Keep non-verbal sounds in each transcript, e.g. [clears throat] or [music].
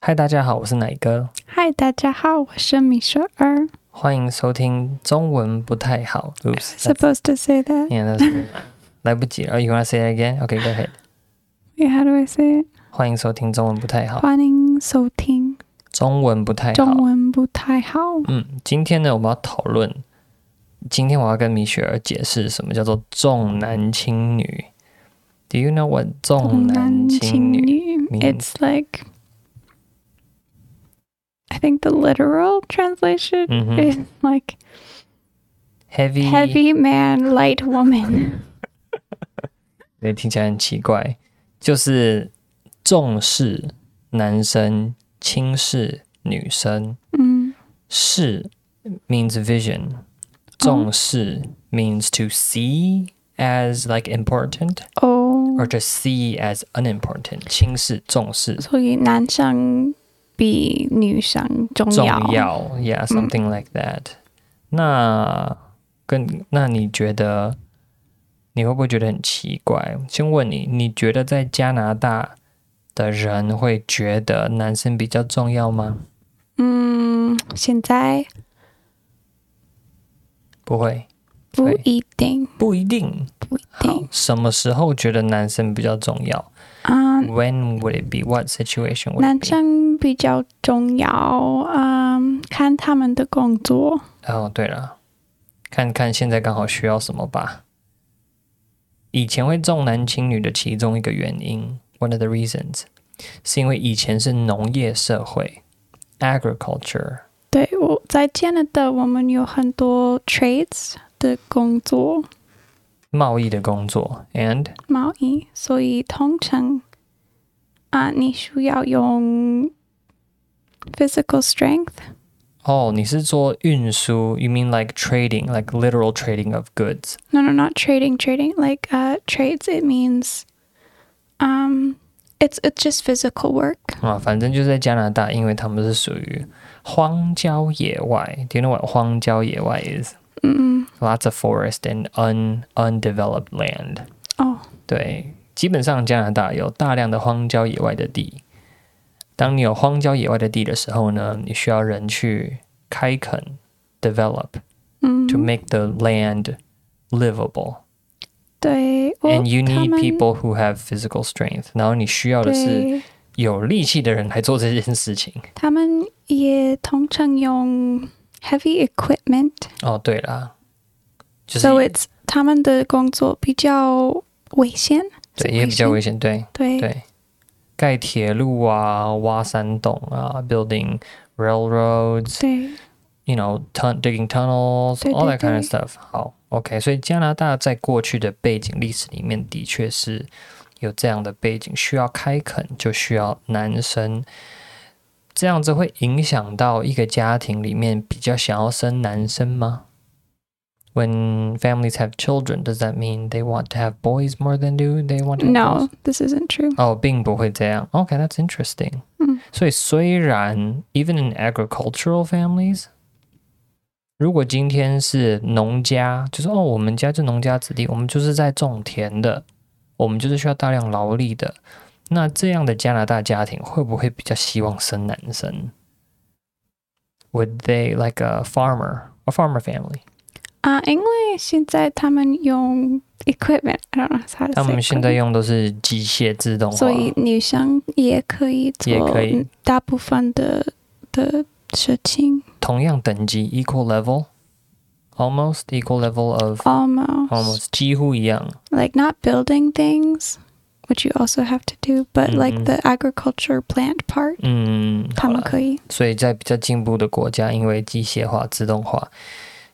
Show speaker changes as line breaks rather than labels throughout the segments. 嗨，大家好，我是奶哥，
嗨，大家好，我是米舍儿。
欢迎收听中文不太好。Oops, that's-
Supposed to say that?
yeah, that's 来不及了。Oh, you wanna say it again? Okay, go ahead.
Wait, how do I say it?
欢迎收听中文不太好，
欢迎收听
中文不太
中
好。
文不太好。
嗯，今天呢，我们要讨论，今天我要跟米雪儿解释什么叫做重男轻女。Do you know what 重男轻女？
女
means-
It's like I think the literal translation
嗯哼
is like
，heavy
heavy man, light
[laughs]
woman.
对，哎听起来很奇怪，就是重视男生，轻视女生。
嗯
视 means vision，重视 means to see as like important
哦 Oh,
or，to see as unimportant，轻视重视
所以男生比女生重
重
要。
要，yeah [laughs] 嗯 something like that、那跟那你觉得你会不会觉得很奇怪？先问你，你觉得在加拿大的人会觉得男生比较重要吗？
嗯，Mm, 现在
不会，
不
对
一定，
不一定。
不一
好
定，
什么时候觉得男生比较重要？
啊。
When would it be? What situation would
男
it be?
生比较重要，嗯，看他们的工作，
哦，对了，看看现在刚好需要什么吧。以前会重男轻女的其中一个原因，one of the reasons，是因为以前是农业社会，agriculture。
对，我在加拿大，我们有很多 trades 的工作，
贸易的工作，and
贸易，所以通常啊，你需要用 physical strength，
哦，你是做运输，you mean like trading, like literal trading of goods？
no no not trading trading like uh trades it means um it's it's just physical work
啊，反正就是在加拿大，因为他们是属于荒郊野外。Do you know what 荒郊野外 is？
嗯
lots of forest and un undeveloped land。
哦
对，基本上加拿大有大量的荒郊野外的地。当你有荒郊野外的地的时候呢，你需要人去开垦，develop
嗯
to make the land livable、
对我
and you
他
need
们
people who have physical strength。然后你需要的是
对
有力气的人来做这件事情。
他们也通常用 heavy equipment，
哦，对啦，就是
so it's 他们的工作比较危险，
对，也比较危险，对。
对
对，盖铁路啊，挖山洞啊，building railroads，you
对
know tun digging tunnels，
对
all that
对
kind of
对
stuff 好。OK，所以加拿大在过去的背景历史里面，的确是有这样的背景，需要开垦就需要男生。这样子会影响到一个家庭里面比较想要生男生吗？When families have children, does that mean they want to have boys more than do they want to have girls?
，no this isn't true，
哦，并不会这样。Okay, that's interesting.
嗯
所以虽然 even in agricultural families，如果今天是农家，就是哦，我们家就农家子弟，我们就是在种田的，我们就是需要大量劳力的。那这样的加拿大家庭会不会比较希望生男生？Would they like a farmer, a farmer family？
啊、因为现在他们用 equipment，I don't know how to say，
他们现在
equipment，
用都是机械自动化，
所以女生也可以
也
做
可以
大部分的的事情
同样等级 equal level。Almost equal level of
，almost
almost 几乎一样。
like not building things, which you also have to do, but
Mhm.
like the agriculture plant part.
嗯，好了。
他们可以，
所以在比较进步的国家，因为机械化、自动化，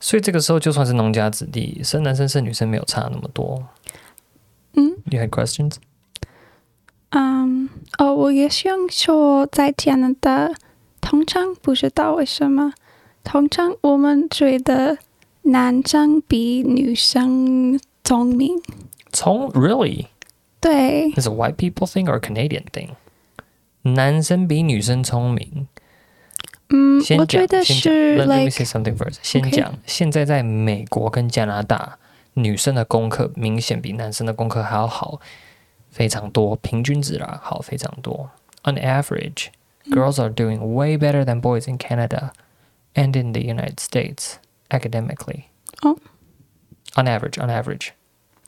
所以这个时候就算是农家子弟，生男生生女生没有差那么多。You
Mm-hmm.
had questions？
Um, oh, 嗯，哦，我也想说，在加拿大，通常不知道为什么，通常我们觉得男生比女生聪明。对，
从 really is a white people thing or a Canadian thing？男生比女生聪明，
嗯，
先讲，
我觉得
先讲
是
Let, let me
like
say something first。先讲现在在美国跟加拿大，女生的功课明显比男生的功课还要好，非常多，平均值啦，好非常多。On average， girls are doing way better than boys in Canada and in the United States academically.
Oh.
On average, on average.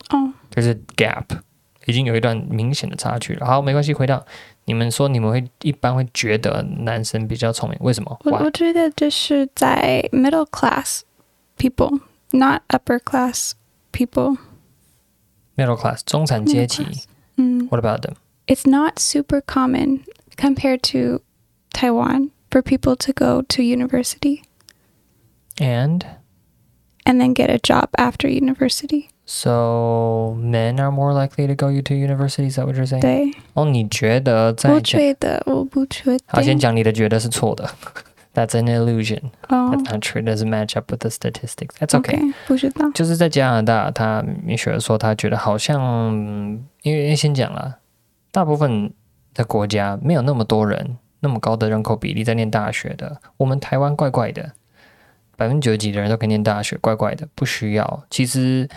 哦，
就是 gap，已经有一段明显的差距了。好，没关系，回到你们说，你们会一般会觉得男生比较聪明，为什么？
我
Why？
我觉得这是在 middle class people, not upper class people.
middle class 中产阶级
Middle class. 嗯。
，What about them？
it's not super common compared to Taiwan for people to go to university
And
and then get a job after university.
so men are more likely to go to university. Is that what you're saying？
对，
哦，你觉得在
我觉得我不确定。
好，先讲你的觉得是错的。That's [laughs] an illusion.
哦
That's not true. Doesn't match up with the statistics. That's okay.
不知道。
就是在加拿大，他米雪儿说，他觉得好像，嗯因为因为先讲啦，大部分的国家没有那么多人，那么高的人口比例在念大学的。我们台湾怪怪的，百分之九十几的人都可以念大学，怪怪的，不需要。其实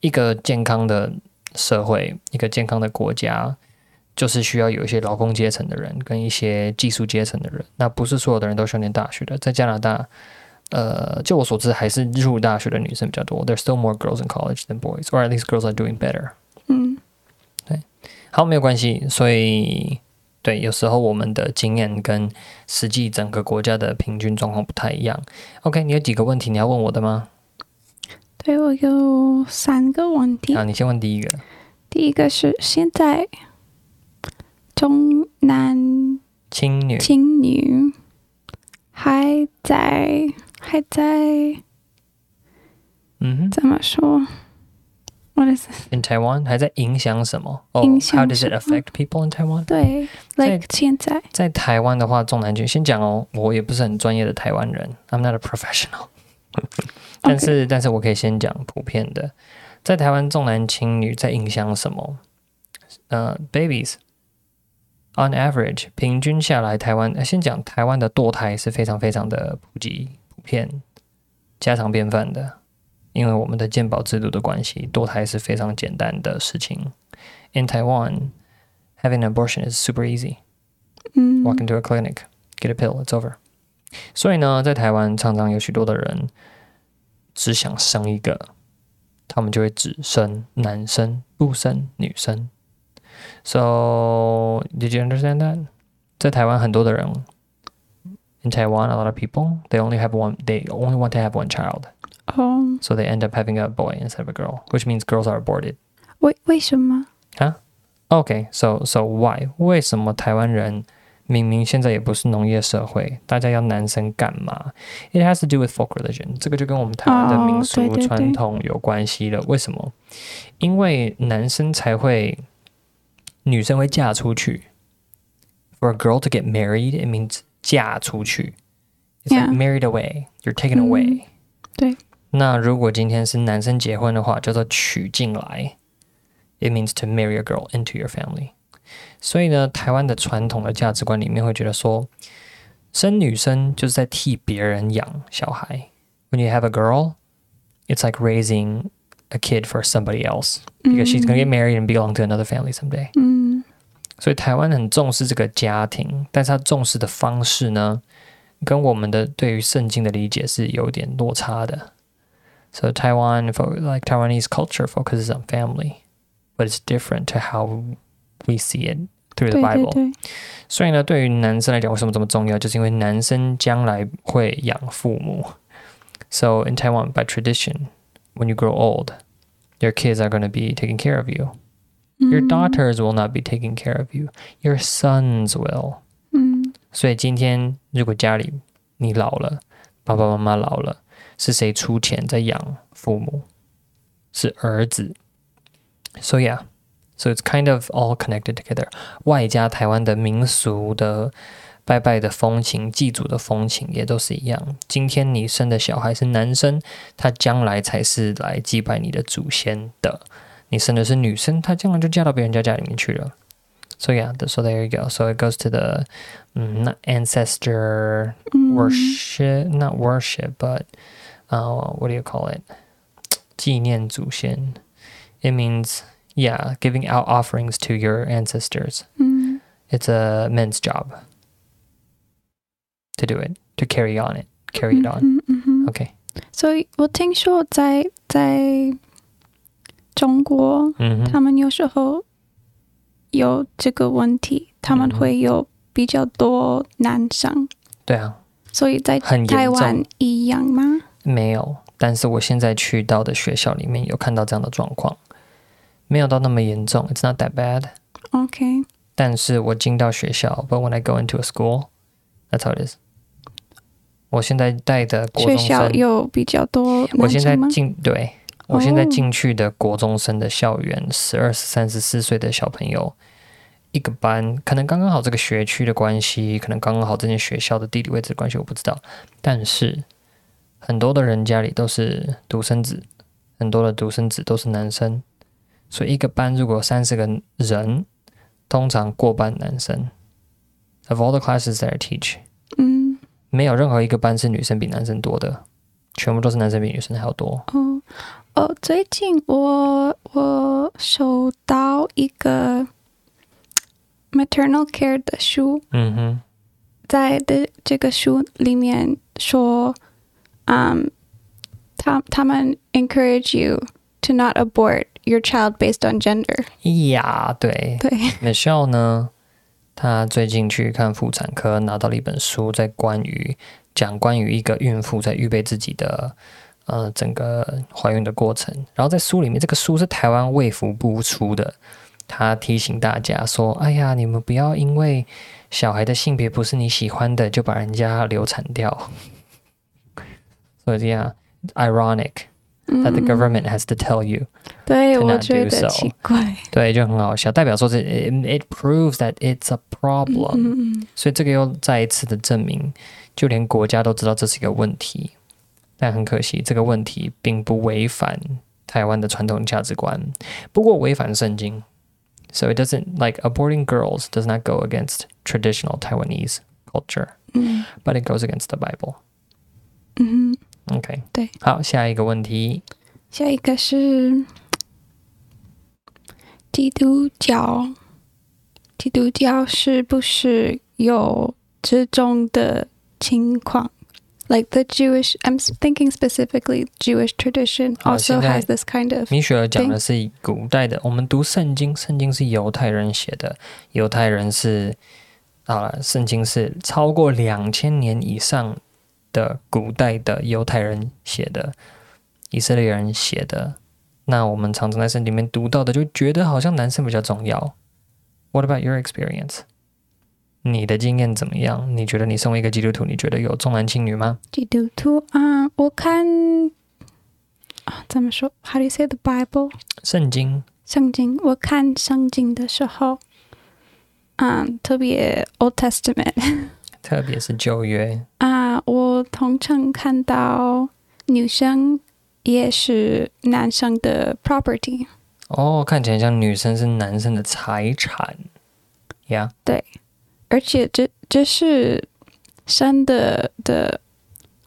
一个健康的社会，一个健康的国家。就是需要有一些劳工阶层的人跟一些技术阶层的人，那不是所有的人都需要念大学的。在加拿大，呃，就我所知，还是入大学的女生比较多。There's still more girls in college than boys, or at least girls are doing better.
嗯，
好，没有关系。所以，对，有时候我们的经验跟实际整个国家的平均状况不太一样。OK，你有几个问题你要问我的吗？
对我有三个问题
啊，。你先问第一个。
第一个是现在中南
青女
青女还在还在
嗯
怎么说？What is
哼，in Taiwan 还在影响什么？哦、
影
h
响
o w does
什
it
么
affect people in Taiwan？
对
在
，like 现在，
在台湾的话，重男轻先讲哦，我也不是很专业的台湾人，I'm not a professional，但是但是我可以先讲普遍的，在台湾重男轻女在影响什么？呃，babies。On average，平均下来，台湾、呃先讲台湾的堕胎是非常非常的普及、普遍、家常便饭的，因为我们的健保制度的关系，堕胎是非常简单的事情。In Taiwan, having an abortion is super easy.
嗯
walk into a clinic, get a pill, it's over. 所以呢，在台湾常常有许多的人只想生一个，他们就会只生男生，不生女生。So did you understand that？在台湾很多的人，in Taiwan a lot of people they only have one they only want to have one child,
哦，
so they end up having a boy instead of a girl, which means girls are aborted.
为为什么？
Okay, so so why？为什么台湾人明明现在也不是农业社会，大家要男生干嘛？It has to do with folk religion，这个就跟我们台湾的
哦
民俗
对对对
传统有关系了。为什么？因为男生才会，女生会嫁出去。For a girl to get married, it means 嫁出去。It's like
Yeah.
married away, you're taken
嗯
away、
对。
那如果今天是男生结婚的话，叫做娶进来。It means to marry a girl into your family。所以呢，台湾的传统的价值观里面会觉得说，生女生就是在替别人养小孩。When you have a girl, it's like raising a kid for somebody else because she's
Mm.
gonna get married and belong to another family someday.
嗯
所以台湾很重视这个家庭，但是他重视的方式呢，跟我们的对于圣经的理解是有点落差的。So Taiwan, fo- like Taiwanese culture, focuses on family, but it's different to how we see it through
对
the
对
Bible.
对，
所以呢，对于男生来讲，为什么这么重要？就是因为男生将来会养父母。So in Taiwan, by tradition, when you grow old, your kids are going to be taken care of you. Your
嗯
daughters will not be taken care of you. Your sons will.
嗯
所以今天如果家里你老了，爸爸妈妈老了，是谁出钱在养父母？是儿子。So yeah, so it's kind of all connected together. 外加台湾的民俗的拜拜的风情、祭祖的风情也都是一样。今天你生的小孩是男生，他将来才是来祭拜你的祖先的；你生的是女生，她将来就嫁到别人家家里面去了。So yeah, th- so there you go. So it goes to the 嗯，not Mm, ancestor
嗯
worship, not worship, but uh, what do you call it? 纪念祖先. It means yeah, giving out offerings to your ancestors.
嗯
It's a men's job. to do it, to carry on it, carry it on.
嗯嗯哼
OK，
所以我听说在在中国，
嗯
他
哼，
们有时候有这个问题，他们
嗯
会有比较多男生，
对啊，
所以在
很
台
严
湾
重，
一样吗？
没有。但是我现在去到的学校里面有看到这样的状况，没有到那么严重，It's not that bad。
OK，
但是我进到学校，But when I go into a school, that's how it is。我现在带的国
学
中
校
生，
有比较多
我
男
现在
生吗？
进对。我现在
哦
进去的国中生的校园，十二、十三、十四岁的小朋友，一个班，可能刚刚好这个学区的关系，可能刚刚好这间学校的地理位置的关系，我不知道。但是很多的人家里都是独生子，很多的独生子都是男生，所以一个班如果有三十个人，通常过半男生。Of all the classes that I teach，
嗯，
没有任何一个班是女生比男生多的，全部都是男生比女生还要多。
哦哦，最近我我收到一个 maternal care 的书，
嗯哼。
在的这个书里面说，嗯，他他们 encourage you to not abort your child based on gender。 [laughs]
呀，对
对，
，Michelle 呢，她最近去看妇产科，拿到了一本书，在关于讲关于一个孕妇在预备自己的呃整个怀孕的过程。然后在书里面，这个书是台湾卫福部出的，他提醒大家说：“哎呀，你们不要因为小孩的性别不是你喜欢的，就把人家流产掉。”所以这样，ironic
嗯
that the government has to tell you。
对
to
我
not do
觉得
so
奇怪。
对，就很好笑，代表说这 it, it proves that it's a
嗯
problem，、
嗯嗯
所以这个又再一次的证明，就连国家都知道这是一个问题，但很可惜，这个问题并不违反台湾的传统价值观，不过违反圣经，so it doesn't like aborting girls does not go against traditional Taiwanese culture,
嗯
but it goes against the Bible.
嗯哼，
OK，
对，
好，下一个问题，
下一个是基督教，基督教是不是有这种的情况？Like the Jewish, I'm thinking specifically Jewish tradition
好
also
现在
has this kind of
米雪尔讲的是古代的，我们读圣经，圣经是犹太人写的，犹太人是啊，圣经是超过两千年以上的古代的犹太人写的，以色列人写的。那我们常常在圣经里面读到的，就觉得好像男生比较重要。What about your experience？你的经验怎么样？你觉得你身为一个基督徒，你觉得有重男轻女吗？
基督徒啊，我看啊，怎么说？How do you say the Bible？
圣经
圣经，我看圣经的时候，嗯，特别 Old Testament
特别是旧约，
啊，我通常看到女生也是男生的 property，
哦，看起来像女生是男生的财产呀。
而且这这是神的的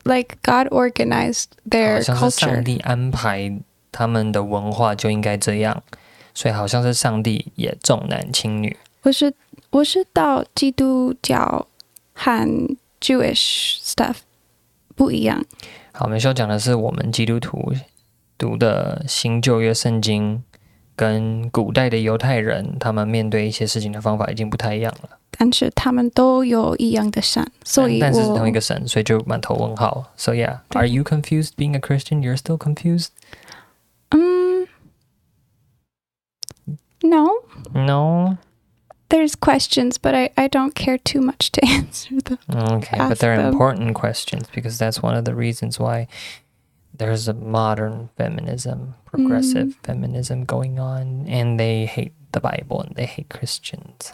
，like God organized
好
their
像是上
culture，
帝安排他们的文化就应该这样，所以好像是上帝也重男轻女。
我是我是到基督教和 Jewish stuff 不一样。
好，我们需要讲的是我们基督徒读的新旧约圣经，跟古代的犹太人他们面对一些事情的方法已经不太一样了。
但是他们都有一样的山，所以
但但是是同一
我
个神，所以就满头问号。So yeah,
对
are you confused being a Christian? You're still confused?
嗯，no,
No.
there's questions, but I I don't care too much to [laughs] answer them.
Okay, but
ask
they're
them.
important questions because that's one of the reasons why there's a modern feminism, progressive feminism going on, and they hate the Bible and they hate Christians.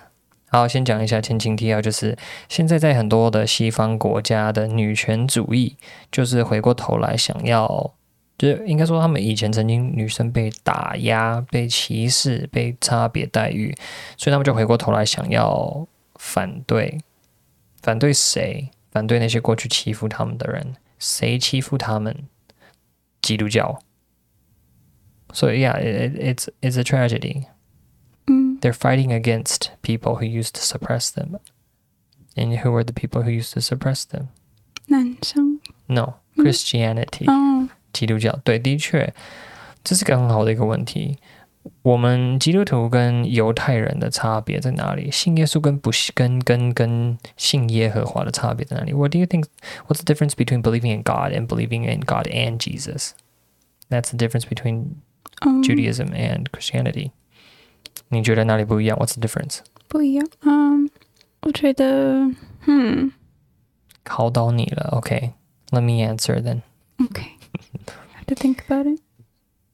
好，先讲一下前情提要，就是现在在很多的西方国家的女权主义，就是回过头来想要，就是应该说他们以前曾经女生被打压、被歧视、被差别待遇，所以他们就回过头来想要反对反对谁？反对那些过去欺负他们的人？谁欺负他们？基督教。So yeah, it, it- it's it's a tragedy.
嗯 Mm,
They're fighting against people who used to suppress them. And who were the people who used to suppress them?
男生
No,
嗯
Christianity，、
哦，
基督教。对，的确，这是个很好的一个问题。我们基督徒跟犹太人的差别在哪里？信耶稣跟不信跟跟跟信耶和华的差别在哪里？What do you think? What's the difference between believing in God and believing in God and Jesus? That's the difference between
嗯，
Judaism and Christianity. 你觉得哪里不一样？What's the difference？
不一样。嗯，我觉得，嗯
考到你了，OK。Let me answer then。
，OK，have to think about it。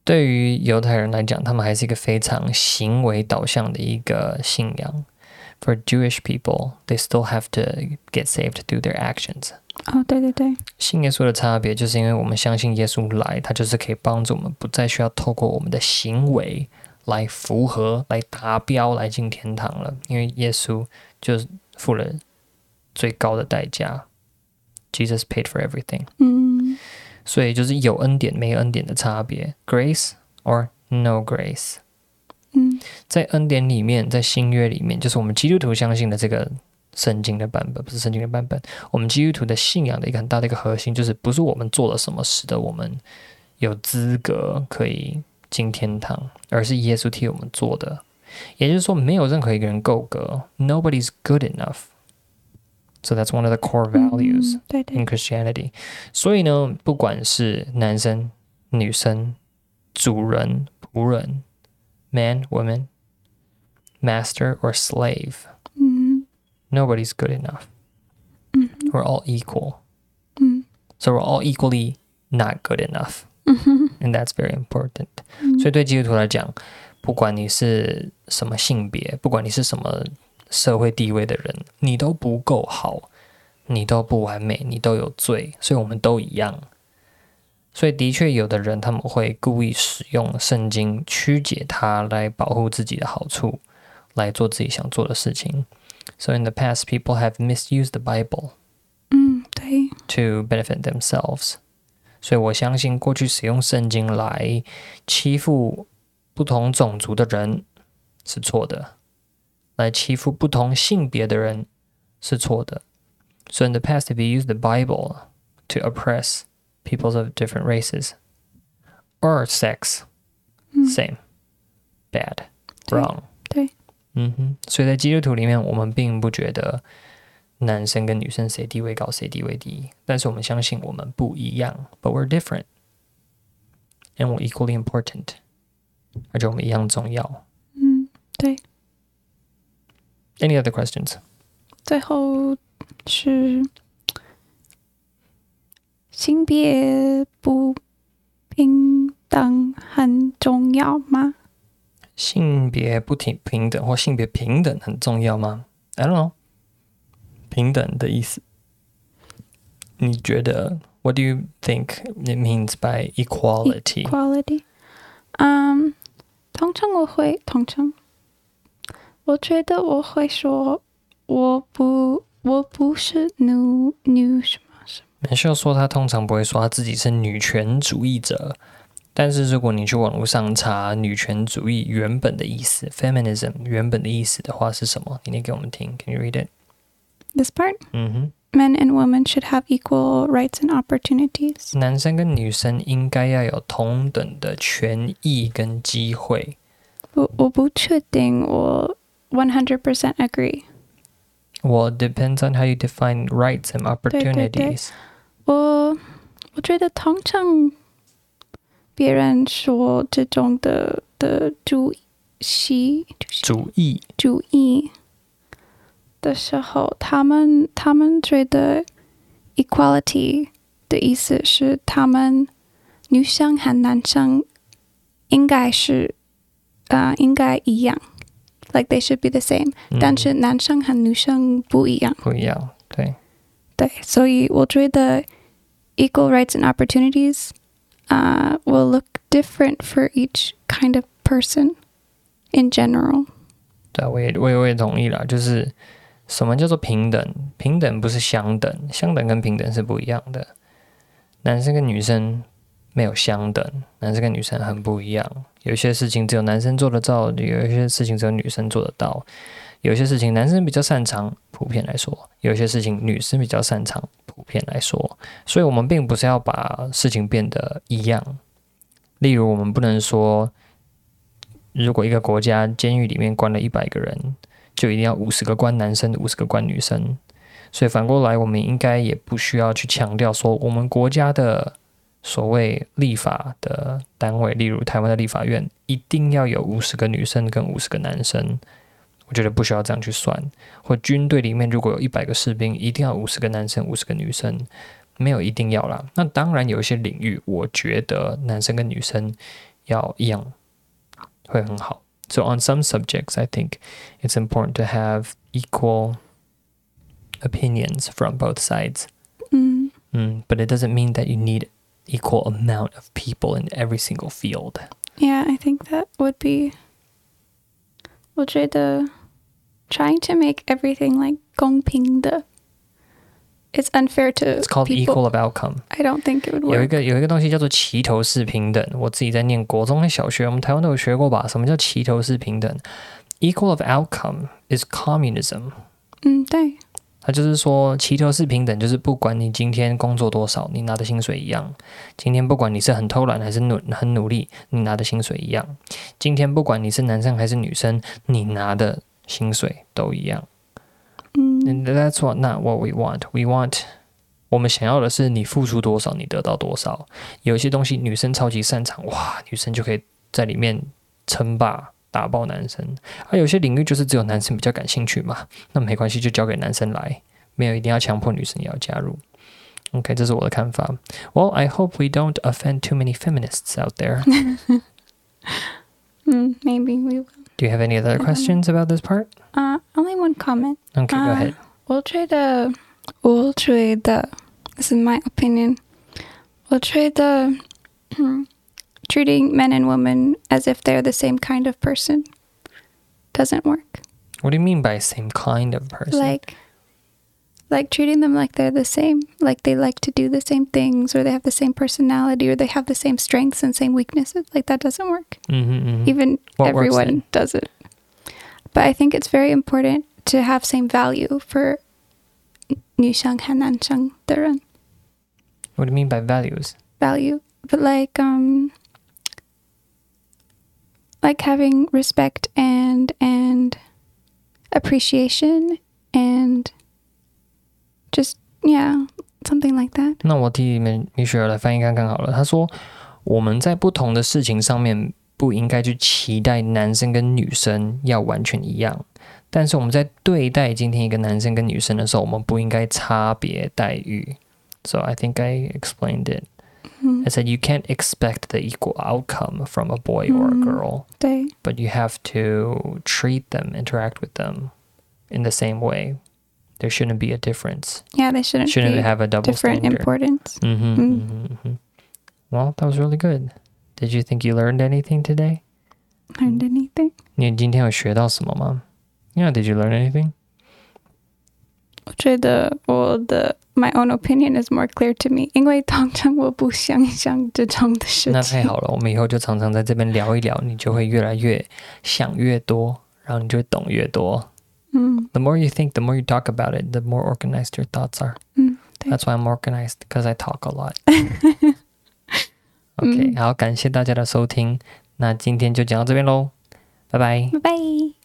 对于犹太人来讲，他们还是一个非常行为导向的一个信仰。For Jewish people, they still have to get saved through their actions.
哦，对对对，
信耶稣的差别，就是因为我们相信耶稣来，他就是可以帮助我们，不再需要透过我们的行为来符合、来达标、来进天堂了。因为耶稣就是付了最高的代价，Jesus paid for everything。
嗯
所以就是有恩典没恩典的差别，grace or no grace。
嗯
在恩典里面，在新约里面，就是我们基督徒相信的这个圣经的版本，不是圣经的版本。我们基督徒的信仰的一个很大的一个核心，就是不是我们做了什么使得我们有资格可以进天堂，而是耶稣替我们做的。也就是说，没有任何一个人够格，nobody's good enough。So that's one of the core values.
嗯对对
in Christianity。所以呢，不管是男生、女生、主人、仆人，man、woman、master or slave,
嗯
nobody's good enough.
嗯
We're all equal.
嗯
So we're all equally not good enough.
嗯哼
And that's very important.
嗯
所以对基督徒来讲，不管你是什么性别，不管你是什么社会地位的人，你都不够好，你都不完美，你都有罪，所以我们都一样。所以的确，有的人他们会故意使用圣经曲解它来保护自己的好处，来做自己想做的事情。So in the past, people have misused the Bible
嗯，对，
to benefit themselves。所以我相信，过去使用圣经来欺负不同种族的人是错的，来欺负不同性别的人是错的。So in the past, if you use the Bible to oppress peoples of different races or sex,
嗯
same, bad,
对
wrong.
对
嗯哼，所以在基督徒里面，我们并不觉得男生跟女生谁地位高谁地位低，但是我们相信我们不一样，but we're different and we're equally important，而且我们一样重要。
嗯，
Any other questions？
最后是性别不平等很重要吗？
性别不平平等或性别平等很重要吗？I don't know。平等的意思，你觉得？What do you think it means by equality？
quality。嗯，通常我会通常，我觉得我会说我不我不是女女什么什么，
梅秀说，她通常不会说她自己是女权主义者，但是如果你去网络上查女权主义原本的意思 （feminism） 原本的意思的话是什么？你念给我们听，Can you read it？
This part,
嗯哼。
men and women should have equal rights and opportunities.
男生跟女生应该要有同等的权益跟机会。
我我不确定，我 one hundred percent agree。
Well, it depends on how you define rights and opportunities.
我我觉得通常别人说这种的的主席就是
主义
主义的时候，他们他们觉得 equality 的意思是他们女生和男生应该是呃应该一样，like they should be the same，、
嗯
但是男生和女生不一样。
不一样，对，
对，所以我觉得 equal rights and opportunities uh, will look different for each kind of person in general。
对啊，我也我也我也同意了，就是什么叫做平等？平等不是相等，相等跟平等是不一样的。男生跟女生没有相等，男生跟女生很不一样。有一些事情只有男生做得到，有一些事情只有女生做得到。有些事情男生比较擅长，普遍来说；有些事情女生比较擅长，普遍来说。所以，我们并不是要把事情变得一样。例如，我们不能说，如果一个国家监狱里面关了一百个人，就一定要五十个关男生，五十个关女生。所以反过来，我们应该也不需要去强调说，我们国家的所谓立法的单位，例如台湾的立法院，一定要有五十个女生跟五十个男生。我觉得不需要这样去算。或军队里面如果有一百个士兵，一定要五十个男生，五十个女生，没有一定要啦。那当然有一些领域，我觉得男生跟女生要一样，会很好。So on some subjects, I think it's important to have equal opinions from both sides.
嗯
Mm, but it doesn't mean that you need equal amount of people in every single field.
，Yeah, I think that would be. 我觉得 trying to make everything like 公平的 is unfair to
It's called
people.
equal of outcome.
I don't think it would
有一
work.
个有一个东西叫做齐头式平等，我自己在念国中跟小学，我们台湾都有学过吧？什么叫齐头式平等？Equal of outcome is communism。
嗯，对，
它就是说齐头式平等，就是不管你今天工作多少，你拿的薪水一样；今天不管你是很偷懒还是努很努力，你拿的薪水一样；今天不管你是男生还是女生，你拿的薪水都一样。
嗯 Mm,
And that's what not what we want. We want 我们想要的是你付出多少，你得到多少。有一些东西女生超级擅长，哇，女生就可以在里面称霸。打爆男生，而、有些领域就是只有男生比较感兴趣嘛，那没关系，就交给男生来，没有一定要强迫女生也要加入。OK，这是我的看法。Well, I hope we don't offend too many feminists out there.
嗯，maybe mm, we will.
Do you have any other questions about this part?
Uh, only one comment. Uh,
OK, go ahead.
我觉得，我觉得 this is my opinion. 我觉得 [clears throat] treating men and women as if they're the same kind of person doesn't work.
What do you mean by same kind of person?
Like, like treating them like they're the same, like they like to do the same things, or they have the same personality, or they have the same strengths and same weaknesses. Like that doesn't work.
mm-hmm,
Even
What works
everyone
then?
does it. But I think it's very important to have same value for 女生和男生的人
What do you mean by values?
value. But like um like having respect and and appreciation and just yeah, something like that.
那我替你们米雪儿来翻译看看好了。他说，我们在不同的事情上面不应该去期待男生跟女生要完全一样，但是我们在对待今天一个男生跟女生的时候，我们不应该差别待遇。So I think I explained it. I said you can't expect the equal outcome from a boy or a
Mm.
girl,
对
but you have to treat them, interact with them in the same way. There shouldn't be a difference.
yeah, they shouldn't
Shouldn't
be
have a double
different
standard.
importance.
hmm
Mm.
Well, that was really good. Did you think you learned anything today? Hmm.
Learned anything?
你今天有学到什么吗？Yeah, did you learn anything?
我觉得 my own opinion is more clear to me. 因为通常我不想想这种的事情。
那太好了，我们以后就常常在这边聊一聊，你就会越来越想越多，然后你就会懂越多。
嗯
The more you think, the more you talk about it, the more organized your thoughts are.
嗯，对
That's why I'm organized because I talk a lot. OK，、
嗯
好，感谢大家的收听，那今天就讲到这边喽，拜拜。
拜拜。